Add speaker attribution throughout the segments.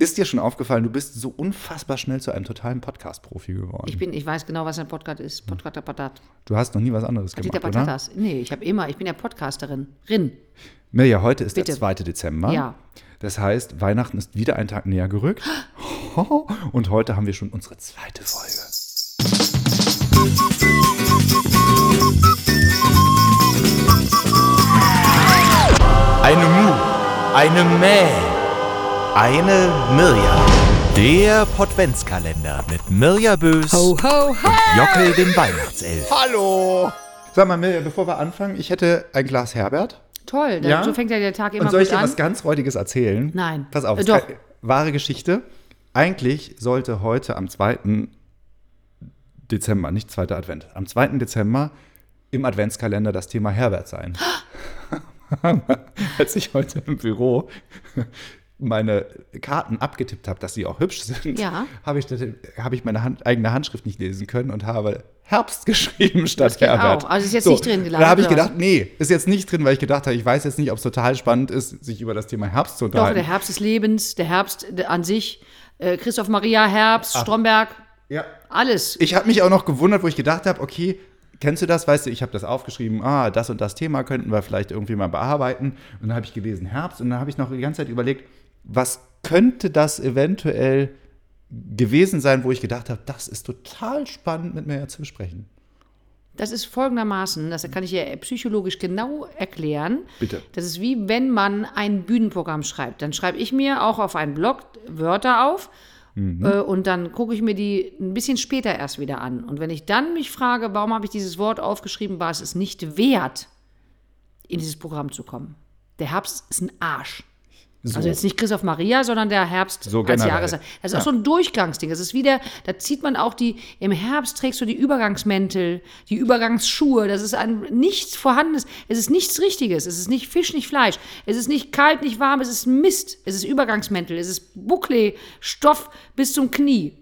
Speaker 1: Ist dir schon aufgefallen, du bist so unfassbar schnell zu einem totalen Podcast-Profi geworden.
Speaker 2: Ich bin, ich weiß genau, was ein Podcast ist. Podcast Patat.
Speaker 1: du hast noch nie was anderes
Speaker 2: Dieter
Speaker 1: gemacht, Mhm. oder?
Speaker 2: Patatas. Nee, ich habe immer, ich bin ja Podcasterin. Rin.
Speaker 1: Mirja, heute ist der
Speaker 2: Bitte.
Speaker 1: 2. Dezember.
Speaker 2: Ja.
Speaker 1: Das heißt, Weihnachten ist wieder einen Tag näher gerückt. Und heute haben wir schon unsere zweite Folge.
Speaker 3: Eine Mu, eine Mäh, eine Mirja. Der Potwenzkalender mit Mirja Bös
Speaker 2: ho, ho.
Speaker 3: und Jockel dem Weihnachtself.
Speaker 1: Hallo! Sag mal, Mirja, bevor wir anfangen, ich hätte ein Glas Herbert.
Speaker 2: Toll, dann,
Speaker 1: Ja?
Speaker 2: so fängt ja der Tag
Speaker 1: Und
Speaker 2: immer
Speaker 1: soll ich
Speaker 2: gut
Speaker 1: dir
Speaker 2: an.
Speaker 1: was ganz Räudiges erzählen?
Speaker 2: Nein.
Speaker 1: Pass auf,
Speaker 2: Äh,
Speaker 1: es ist
Speaker 2: doch.
Speaker 1: keine- wahre Geschichte. Eigentlich sollte heute am 2. Dezember, nicht 2. Advent, am 2. Dezember im Adventskalender das Thema Herbert sein. Als ich heute im Büro meine Karten abgetippt habe, dass sie auch hübsch sind,
Speaker 2: Ja.
Speaker 1: habe ich, das- habe ich meine Hand, eigene Handschrift nicht lesen können und habe Herbst geschrieben statt
Speaker 2: geht
Speaker 1: Herbert.
Speaker 2: auch. Also ist jetzt nicht drin gelandet,
Speaker 1: Da habe ich
Speaker 2: oder was?
Speaker 1: gedacht, nee, ist jetzt nicht drin, weil ich gedacht habe, ich weiß jetzt nicht, ob es total spannend ist, sich über das Thema Herbst zu
Speaker 2: Doch,
Speaker 1: unterhalten.
Speaker 2: der Herbst des Lebens, der Herbst äh, an sich, äh, Christoph Maria Herbst,
Speaker 1: Ah.
Speaker 2: Stromberg,
Speaker 1: Ja.
Speaker 2: alles.
Speaker 1: Ich habe mich auch noch gewundert, wo ich gedacht habe, okay, kennst du das? Weißt du, ich habe das aufgeschrieben, ah, das und das Thema könnten wir vielleicht irgendwie mal bearbeiten. Und dann habe ich gelesen Herbst und dann habe ich noch die ganze Zeit überlegt, was könnte das eventuell gewesen sein, wo ich gedacht habe, das ist total spannend mit mir zu besprechen.
Speaker 2: Das ist folgendermaßen, das kann ich dir psychologisch genau erklären.
Speaker 1: Bitte.
Speaker 2: Das ist wie wenn man ein Bühnenprogramm schreibt. Dann schreibe ich mir auch auf einen Blog Wörter auf äh, und dann gucke ich mir die ein bisschen später erst wieder an. Und wenn ich dann mich frage, warum habe ich dieses Wort aufgeschrieben, war es es nicht wert, in dieses Programm zu kommen. Der Herbst ist ein Arsch.
Speaker 1: So.
Speaker 2: Also jetzt nicht Christoph Maria, sondern der Herbst
Speaker 1: So
Speaker 2: als
Speaker 1: generell.
Speaker 2: Jahreszeit. Das ist
Speaker 1: Ja.
Speaker 2: auch so ein Durchgangsding. Das ist wieder, da zieht man auch die, im Herbst trägst du die Übergangsmäntel, die Übergangsschuhe. Das ist ein nichts Vorhandenes. Es ist nichts Richtiges. Es ist nicht Fisch, nicht Fleisch. Es ist nicht kalt, nicht warm. Es ist Mist. Es ist Übergangsmäntel. Es ist Buckle, Stoff bis zum Knie.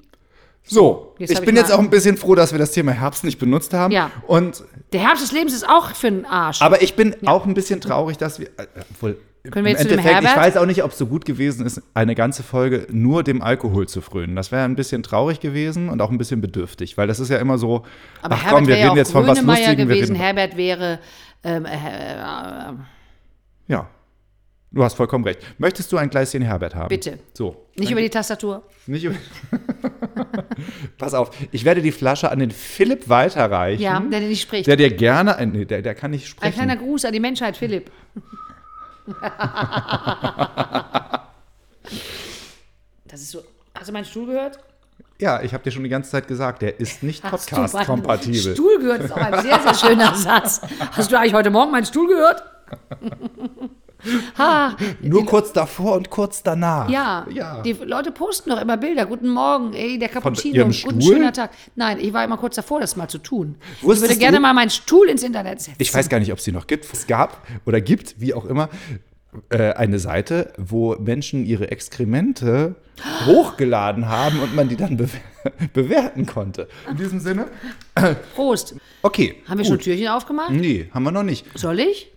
Speaker 1: So,
Speaker 2: Jetzt
Speaker 1: ich
Speaker 2: hab ich
Speaker 1: bin
Speaker 2: mal-
Speaker 1: jetzt auch ein bisschen froh, dass wir das Thema Herbst nicht benutzt haben.
Speaker 2: Ja.
Speaker 1: Und,
Speaker 2: Der Herbst des Lebens ist auch für einen Arsch.
Speaker 1: aber ich bin auch ein bisschen traurig, dass wir. Äh, obwohl,
Speaker 2: Können wir jetzt zu dem
Speaker 1: ich
Speaker 2: Herbert?
Speaker 1: weiß auch nicht, ob es so gut gewesen ist, eine ganze Folge nur dem Alkohol zu frönen. Das wäre ein bisschen traurig gewesen und auch ein bisschen bedürftig, weil das ist ja immer so.
Speaker 2: aber
Speaker 1: ach
Speaker 2: Herbert
Speaker 1: komm, wir
Speaker 2: wäre ja
Speaker 1: reden
Speaker 2: auch
Speaker 1: jetzt von was
Speaker 2: Grönemeyer
Speaker 1: Lustigem. Wir
Speaker 2: gewesen.
Speaker 1: reden,
Speaker 2: Herbert wäre, ähm, äh,
Speaker 1: ja, du hast vollkommen recht. Möchtest du ein Gläschen Herbert haben?
Speaker 2: Bitte.
Speaker 1: So.
Speaker 2: nicht über die Tastatur.
Speaker 1: Nicht über Pass auf, ich werde die Flasche an den Philipp weiterreichen.
Speaker 2: Ja, der nicht spricht.
Speaker 1: Der dir gerne, ein- nee, der, der kann nicht
Speaker 2: Ein
Speaker 1: sprechen.
Speaker 2: kleiner Gruß an die Menschheit, Philipp. das ist so. Hast du meinen Stuhl gehört?
Speaker 1: Ja, ich habe dir schon die ganze Zeit gesagt, der ist nicht
Speaker 2: Hast du meinen
Speaker 1: podcast-kompatibel.
Speaker 2: Stuhl gehört ist auch ein sehr, sehr schöner Satz. Hast du eigentlich heute Morgen meinen Stuhl gehört? ha,
Speaker 1: Nur kurz davor und kurz danach.
Speaker 2: ja.
Speaker 1: ja.
Speaker 2: Die Leute posten doch immer Bilder. Guten Morgen, ey, der Cappuccino.
Speaker 1: ihrem
Speaker 2: Guten
Speaker 1: Stuhl?
Speaker 2: schöner Tag. Nein, ich war immer kurz davor, das mal zu tun. ich
Speaker 1: Wusstest
Speaker 2: würde gerne
Speaker 1: du-
Speaker 2: mal meinen Stuhl ins Internet setzen.
Speaker 1: Ich weiß gar nicht, ob es die noch gibt. Es gab oder gibt, wie auch immer, äh, eine Seite, wo Menschen ihre Exkremente hochgeladen haben und man die dann bewer bewerten konnte. In diesem Sinne?
Speaker 2: Prost.
Speaker 1: Okay.
Speaker 2: Haben wir
Speaker 1: gut.
Speaker 2: schon Türchen aufgemacht?
Speaker 1: Nee, haben wir noch nicht.
Speaker 2: Soll ich?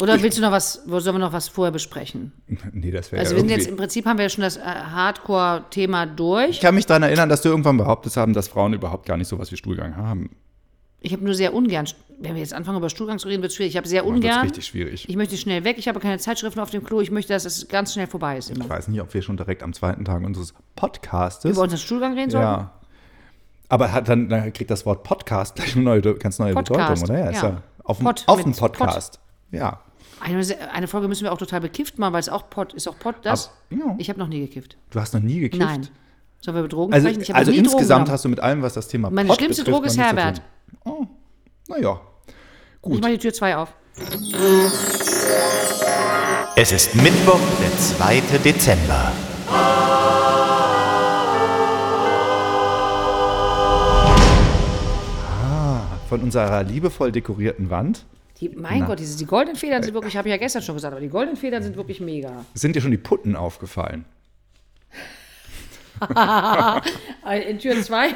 Speaker 2: Oder willst du noch was, wo sollen wir noch was vorher besprechen?
Speaker 1: Nee, das wäre
Speaker 2: Also
Speaker 1: ja
Speaker 2: wir sind
Speaker 1: irgendwie-
Speaker 2: jetzt im Prinzip haben wir ja schon das äh, Hardcore-Thema durch.
Speaker 1: Ich kann mich daran erinnern, dass du irgendwann behauptet haben, dass Frauen überhaupt gar nicht sowas wie Stuhlgang haben.
Speaker 2: Ich habe nur sehr ungern, wenn wir jetzt anfangen über Stuhlgang zu reden, wird es schwierig. Ich habe sehr
Speaker 1: Dann wird's
Speaker 2: ungern.
Speaker 1: richtig schwierig.
Speaker 2: Ich möchte schnell weg. Ich habe keine Zeitschriften auf dem Klo. Ich möchte, dass es ganz schnell vorbei ist. Immer.
Speaker 1: Ich weiß nicht, ob wir schon direkt am zweiten Tag unseres Podcastes
Speaker 2: Über unseren Stuhlgang reden sollen?
Speaker 1: Ja. Aber hat dann, dann kriegt das Wort Podcast gleich eine neue, ganz neue
Speaker 2: Podcast,
Speaker 1: Bedeutung, oder? ist
Speaker 2: ja.
Speaker 1: auf dem,
Speaker 2: Pod
Speaker 1: auf
Speaker 2: mit
Speaker 1: dem Podcast. Ja.
Speaker 2: Eine, eine Folge müssen wir auch total bekifft machen, weil es auch Pott ist. Auch Pott das?
Speaker 1: Ab- ja.
Speaker 2: Ich habe noch nie gekifft.
Speaker 1: Du hast noch nie gekifft.
Speaker 2: Nein. Sollen wir über Drogen
Speaker 1: Also,
Speaker 2: sprechen? Ich habe
Speaker 1: also
Speaker 2: noch nie Drogen
Speaker 1: insgesamt
Speaker 2: genommen.
Speaker 1: hast du mit allem, was das Thema
Speaker 2: Meine
Speaker 1: Pod
Speaker 2: schlimmste
Speaker 1: betrifft,
Speaker 2: Droge ist
Speaker 1: noch nichts zu
Speaker 2: Herbert.
Speaker 1: tun. Oh, naja.
Speaker 2: Ich mache die Tür zwei auf.
Speaker 3: Es ist Mittwoch, der 2. Dezember.
Speaker 1: Von unserer liebevoll dekorierten Wand
Speaker 2: Die, mein Gott, diese, die goldenen Federn sind wirklich, habe ich ja gestern schon gesagt, aber die goldenen Federn sind wirklich mega.
Speaker 1: sind dir schon die Putten aufgefallen.
Speaker 2: Äh, In Tür 2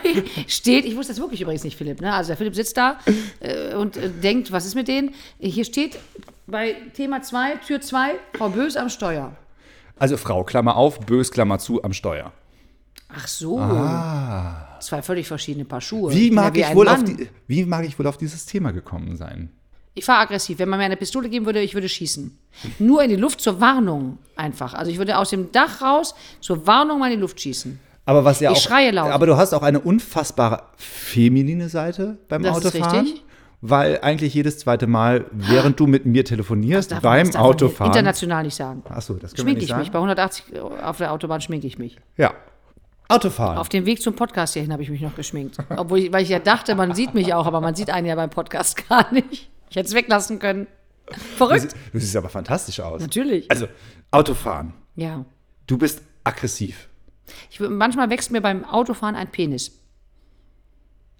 Speaker 2: steht, ich wusste das wirklich übrigens nicht, Philipp. Ne? Also der Philipp sitzt da äh, und äh, denkt, was ist mit denen? Hier steht bei Thema 2, Tür 2, Frau Bös am Steuer.
Speaker 1: Also Frau, Klammer auf, bös, Klammer zu, am Steuer.
Speaker 2: Ach so. Zwei völlig verschiedene Paar Schuhe.
Speaker 1: Ah. Wie
Speaker 2: bin ja
Speaker 1: mag, ich
Speaker 2: ein
Speaker 1: wohl auf
Speaker 2: Mann.
Speaker 1: die, wie mag ich wohl auf dieses Thema gekommen sein?
Speaker 2: Ich war aggressiv. Wenn man mir eine Pistole geben würde, ich würde schießen. Nur in die Luft zur Warnung einfach. Also ich würde aus dem Dach raus zur Warnung mal in die Luft schießen.
Speaker 1: Aber was ja
Speaker 2: Ich
Speaker 1: auch,
Speaker 2: schreie laut.
Speaker 1: Aber du hast auch eine unfassbare feminine Seite beim
Speaker 2: Das ist
Speaker 1: Autofahren.
Speaker 2: richtig.
Speaker 1: Weil eigentlich jedes zweite Mal, während du mit mir telefonierst,
Speaker 2: Darf man-
Speaker 1: beim
Speaker 2: das darf man
Speaker 1: Autofahren.
Speaker 2: International nicht sagen.
Speaker 1: Achso, das können wir
Speaker 2: Schminke
Speaker 1: nicht
Speaker 2: ich
Speaker 1: sagen.
Speaker 2: mich. Bei 180 auf der Autobahn schminke ich mich.
Speaker 1: ja. Autofahren.
Speaker 2: Auf dem Weg zum Podcast hierhin habe ich mich noch geschminkt. Obwohl ich, weil ich ja dachte, man sieht mich auch, aber man sieht einen ja beim Podcast gar nicht. Ich hätte es weglassen können.
Speaker 1: du,
Speaker 2: Verrückt.
Speaker 1: sie- du siehst aber fantastisch aus.
Speaker 2: Natürlich.
Speaker 1: Also, Autofahren.
Speaker 2: Ja.
Speaker 1: Du bist aggressiv.
Speaker 2: Ich, wür- manchmal wächst mir beim Autofahren ein Penis.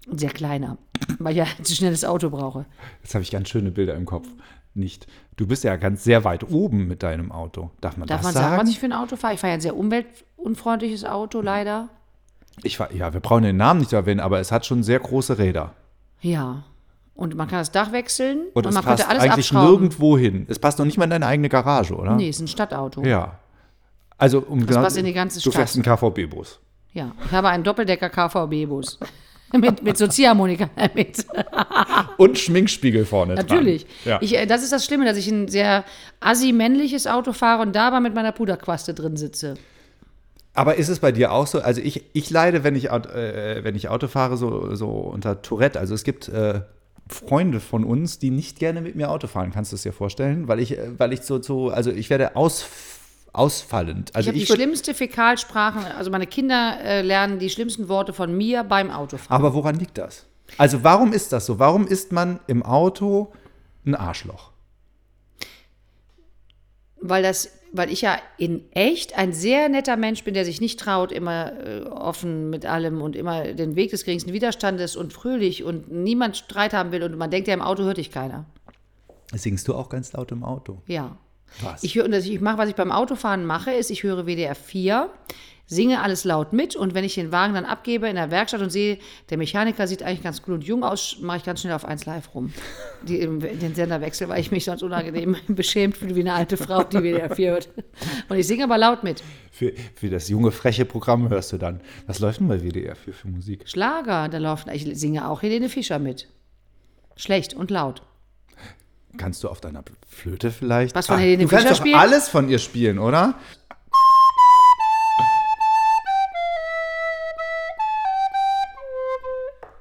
Speaker 2: Ein sehr kleiner. Weil ich ja ein zu schnelles Auto brauche.
Speaker 1: Jetzt habe ich ganz schöne Bilder im Kopf. Nicht. Du bist ja ganz sehr weit oben mit deinem Auto. Darf man
Speaker 2: Darf
Speaker 1: das
Speaker 2: man
Speaker 1: sagen?
Speaker 2: sagen, was ich für ein Auto fahre? Ich fahre ja ein sehr umweltunfreundliches Auto, leider.
Speaker 1: ich war, ja, wir brauchen den Namen nicht zu erwähnen, aber es hat schon sehr große Räder.
Speaker 2: Ja. Und man kann Oh, das Dach wechseln
Speaker 1: Und,
Speaker 2: und,
Speaker 1: es
Speaker 2: man
Speaker 1: passt
Speaker 2: könnte alles
Speaker 1: eigentlich
Speaker 2: abschrauben.
Speaker 1: nirgendwo hin. Es passt noch nicht mal in deine eigene Garage, oder?
Speaker 2: Nee, ist ein Stadtauto. Ja.
Speaker 1: Ja. Also, um das
Speaker 2: passt in die ganze
Speaker 1: Du
Speaker 2: Stadt.
Speaker 1: fährst einen KVB-Bus.
Speaker 2: Ich habe einen Doppeldecker KVB-Bus. mit, mit Sozialharmonika mit.
Speaker 1: Und Schminkspiegel vorne
Speaker 2: Natürlich.
Speaker 1: Dran. Ja.
Speaker 2: Ich, äh, das ist das Schlimme, dass ich ein sehr assi-männliches Auto fahre und da aber mit meiner Puderquaste drin sitze.
Speaker 1: Aber ist es bei dir auch so? Also, ich, ich leide, wenn ich, Aut- äh, wenn ich Auto fahre, so, so unter Tourette. Also, es gibt. Äh, Freunde von uns, die nicht gerne mit mir Auto fahren, kannst du es dir vorstellen? Weil ich, äh, weil ich so, so, also ich werde aus, ausfallend.
Speaker 2: Ich
Speaker 1: Also
Speaker 2: habe die
Speaker 1: würd-
Speaker 2: schlimmste Fäkalsprachen, also meine Kinder äh, lernen die schlimmsten Worte von mir beim Autofahren.
Speaker 1: Aber woran liegt das? Also warum ist das so? Warum ist man im Auto ein Arschloch?
Speaker 2: Weil, das, weil ich ja in echt ein sehr netter Mensch bin, der sich nicht traut, immer äh, offen mit allem und immer den Weg des geringsten Widerstandes und fröhlich und niemand Streit haben will und man denkt ja, im Auto hört dich keiner.
Speaker 1: Singst du auch ganz laut im Auto?
Speaker 2: Ja.
Speaker 1: Was?
Speaker 2: Ich höre, und das- ich mache, was ich beim Autofahren mache, ist, ich höre WDR 4, singe alles laut mit und wenn ich den Wagen dann abgebe in der Werkstatt und sehe, der Mechaniker sieht eigentlich ganz cool und jung aus, mache ich ganz schnell auf 1 live rum. Die, im- den Sender wechsel, weil ich mich sonst unangenehm beschämt fühle wie eine alte Frau, die WDR 4 hört. Und ich singe aber laut mit.
Speaker 1: Für, für das junge, freche Programm hörst du dann. Was läuft denn bei WDR für, für Musik?
Speaker 2: Schlager, da laufen, ich singe auch Helene Fischer mit. Schlecht und laut.
Speaker 1: Kannst du auf deiner Flöte vielleicht? Ah,
Speaker 2: Was von Helene
Speaker 1: du kannst
Speaker 2: Fischer
Speaker 1: doch
Speaker 2: spielen?
Speaker 1: alles von ihr spielen, oder?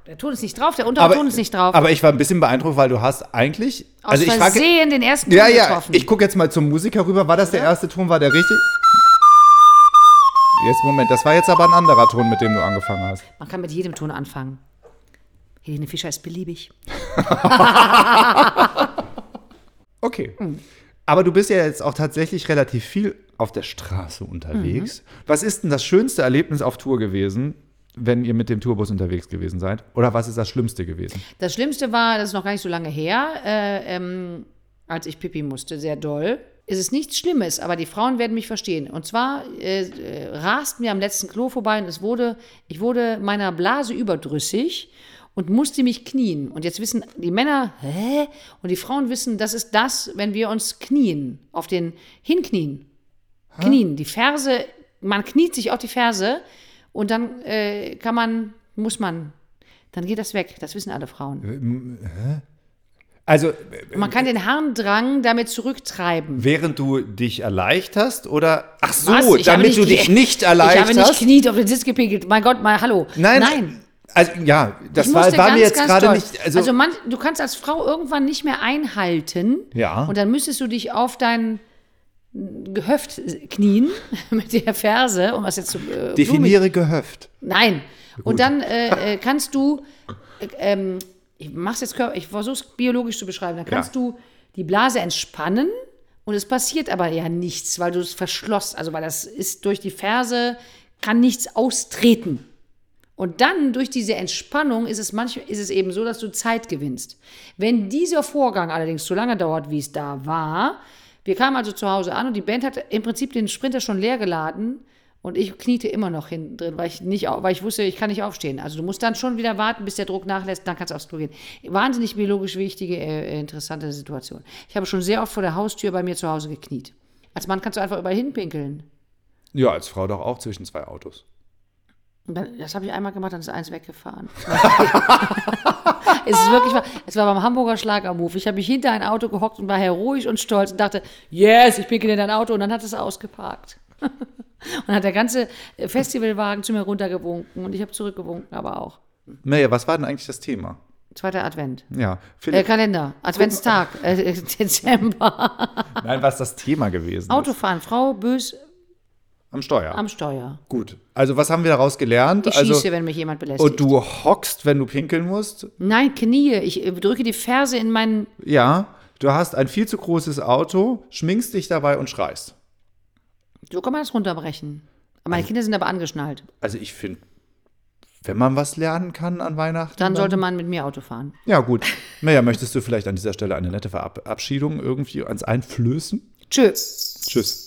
Speaker 2: Der Ton ist nicht drauf, der Unterton ist nicht drauf.
Speaker 1: aber ich war ein bisschen beeindruckt, weil du hast eigentlich.
Speaker 2: Aus
Speaker 1: also ich frage,
Speaker 2: Versehen den ersten Ton
Speaker 1: ja, ja.
Speaker 2: getroffen.
Speaker 1: Ich gucke jetzt mal zum Musiker rüber. War das der erste Ton? War der richtig? Jetzt Moment, das war jetzt aber ein anderer Ton, mit dem du angefangen hast.
Speaker 2: Man kann mit jedem Ton anfangen. Helene Fischer ist beliebig.
Speaker 1: Okay.
Speaker 2: Mhm.
Speaker 1: Aber du bist ja jetzt auch tatsächlich relativ viel auf der Straße unterwegs.
Speaker 2: Mhm.
Speaker 1: Was ist denn das schönste Erlebnis auf Tour gewesen, wenn ihr mit dem Tourbus unterwegs gewesen seid? Oder was ist das Schlimmste gewesen?
Speaker 2: Das Schlimmste war, das ist noch gar nicht so lange her, äh, ähm, als ich Pipi musste, sehr doll. Es ist nichts Schlimmes, aber die Frauen werden mich verstehen. Und zwar äh, äh, rasten wir am letzten Klo vorbei und es wurde, ich wurde meiner Blase überdrüssig und musste mich knien. Und jetzt wissen die Männer, hä? Und die Frauen wissen, das ist das, wenn wir uns knien, auf den Hinknien.
Speaker 1: Ah.
Speaker 2: Knien, die Ferse, man kniet sich auf die Ferse und dann äh, kann man, muss man, dann geht das weg. Das wissen alle Frauen.
Speaker 1: Also,
Speaker 2: Man kann den Harndrang damit zurücktreiben.
Speaker 1: während du dich erleichterst oder. Ach so,
Speaker 2: Was? Ich
Speaker 1: damit
Speaker 2: habe
Speaker 1: du
Speaker 2: nicht
Speaker 1: dich
Speaker 2: ge-
Speaker 1: nicht
Speaker 2: Ich
Speaker 1: erleichterst.
Speaker 2: habe nicht kniet auf den Sitz gepinkelt. Mein Gott, mal hallo.
Speaker 1: nein,
Speaker 2: Nein.
Speaker 1: Also, ja, das
Speaker 2: Ich
Speaker 1: war,
Speaker 2: musste
Speaker 1: war mir
Speaker 2: ganz,
Speaker 1: jetzt
Speaker 2: ganz
Speaker 1: gerade
Speaker 2: doll.
Speaker 1: nicht. Also,
Speaker 2: Also, man, du kannst als Frau irgendwann nicht mehr einhalten.
Speaker 1: Ja.
Speaker 2: Und dann müsstest du dich auf dein Gehöft knien mit der Ferse, um was jetzt zu äh, blumig
Speaker 1: definiere Gehöft.
Speaker 2: Nein. Und dann äh, äh, kannst du, äh, ähm, ich mach's jetzt, Körper, ich versuch's biologisch zu beschreiben, dann kannst
Speaker 1: Ja.
Speaker 2: du die Blase entspannen und es passiert aber ja nichts, weil du es verschloss, also weil das ist durch die Ferse, kann nichts austreten. Und dann durch diese Entspannung ist es manchmal ist es eben so, dass du Zeit gewinnst. Wenn dieser Vorgang allerdings zu lange dauert, wie es da war, wir kamen also zu Hause an und die Band hat im Prinzip den Sprinter schon leer geladen und ich kniete immer noch hinten drin, weil ich nicht, au- weil ich wusste, ich kann nicht aufstehen. Also du musst dann schon wieder warten, bis der Druck nachlässt, dann kannst du aufs Klo gehen. Wahnsinnig biologisch wichtige, äh, interessante Situation. Ich habe schon sehr oft vor der Haustür bei mir zu Hause gekniet. Als Mann kannst du einfach überall hinpinkeln.
Speaker 1: Ja, als Frau doch auch zwischen zwei Autos.
Speaker 2: Und dann, das habe ich einmal gemacht, dann ist eins weggefahren. es ist wirklich wahr. Es war beim Hamburger Schlagermove. Ich habe mich hinter ein Auto gehockt und war heroisch und stolz und dachte, yes, ich pinkel in dein Auto. Und dann hat es ausgeparkt. und hat der ganze äh, Festivalwagen zu mir runtergewunken und ich habe zurückgewunken, aber auch.
Speaker 1: Naja, was war denn eigentlich das Thema?
Speaker 2: Zweiter Advent.
Speaker 1: Ja,
Speaker 2: Äh,
Speaker 1: Philipp.
Speaker 2: Kalender, Adventstag, äh, Dezember.
Speaker 1: Nein, was das Thema gewesen ist.
Speaker 2: Autofahren, Frau bös
Speaker 1: Am Steuer.
Speaker 2: am Steuer.
Speaker 1: Gut. Also, was haben wir daraus gelernt?
Speaker 2: Ich
Speaker 1: also,
Speaker 2: schieße, wenn mich jemand belästigt.
Speaker 1: und du hockst, wenn du pinkeln musst.
Speaker 2: Nein, Knie. Ich äh, drücke die Ferse in meinen.
Speaker 1: Ja, du hast ein viel zu großes Auto, schminkst dich dabei und schreist.
Speaker 2: So kann man das runterbrechen. Aber Meine Kinder sind aber angeschnallt.
Speaker 1: Also, ich finde, wenn man was lernen kann an Weihnachten.
Speaker 2: Dann sollte man mit mir Auto fahren.
Speaker 1: Ja, gut. Naja, möchtest du vielleicht an dieser Stelle eine nette Verabschiedung irgendwie ans Einflößen?
Speaker 2: Tschüss.
Speaker 1: Tschüss.